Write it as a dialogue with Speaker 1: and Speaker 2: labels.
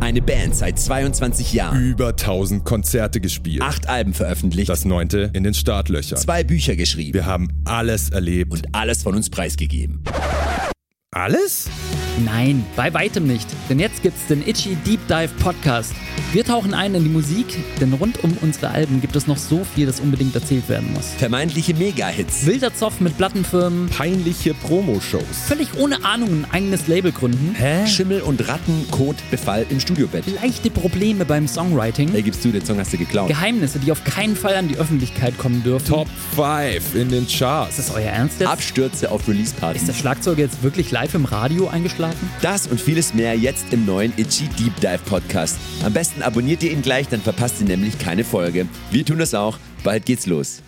Speaker 1: eine Band seit 22 Jahren.
Speaker 2: Über 1000 Konzerte gespielt.
Speaker 1: Acht Alben veröffentlicht.
Speaker 2: Das neunte in den Startlöchern.
Speaker 1: Zwei Bücher geschrieben.
Speaker 2: Wir haben alles erlebt.
Speaker 1: Und alles von uns preisgegeben.
Speaker 2: alles?
Speaker 3: Nein, bei weitem nicht. Denn jetzt gibt's den Itchy Deep Dive Podcast. Wir tauchen ein in die Musik, denn rund um unsere Alben gibt es noch so viel, das unbedingt erzählt werden muss.
Speaker 1: Vermeintliche Mega-Hits.
Speaker 3: Wilder Zoff mit Plattenfirmen,
Speaker 2: Peinliche Promoshows.
Speaker 3: völlig ohne Ahnung ein eigenes Label gründen,
Speaker 1: Schimmel und Ratten, Kot, Befall im Studiobett.
Speaker 3: leichte Probleme beim Songwriting,
Speaker 1: Ey, gibst du, den Song hast du geklaut.
Speaker 3: Geheimnisse, die auf keinen Fall an die Öffentlichkeit kommen dürfen.
Speaker 2: Top 5 in den Charts.
Speaker 3: Ist das euer Ernst jetzt?
Speaker 1: Abstürze auf
Speaker 3: Ist der
Speaker 1: Release-Partys.
Speaker 3: Schlagzeuger jetzt wirklich live im Radio eingeschlafen?
Speaker 1: Das und vieles mehr jetzt im neuen Itchy Deep Dive Podcast. Am besten abonniert ihr ihn gleich, dann verpasst ihr nämlich keine Folge. Wir tun das auch. Bald geht's los.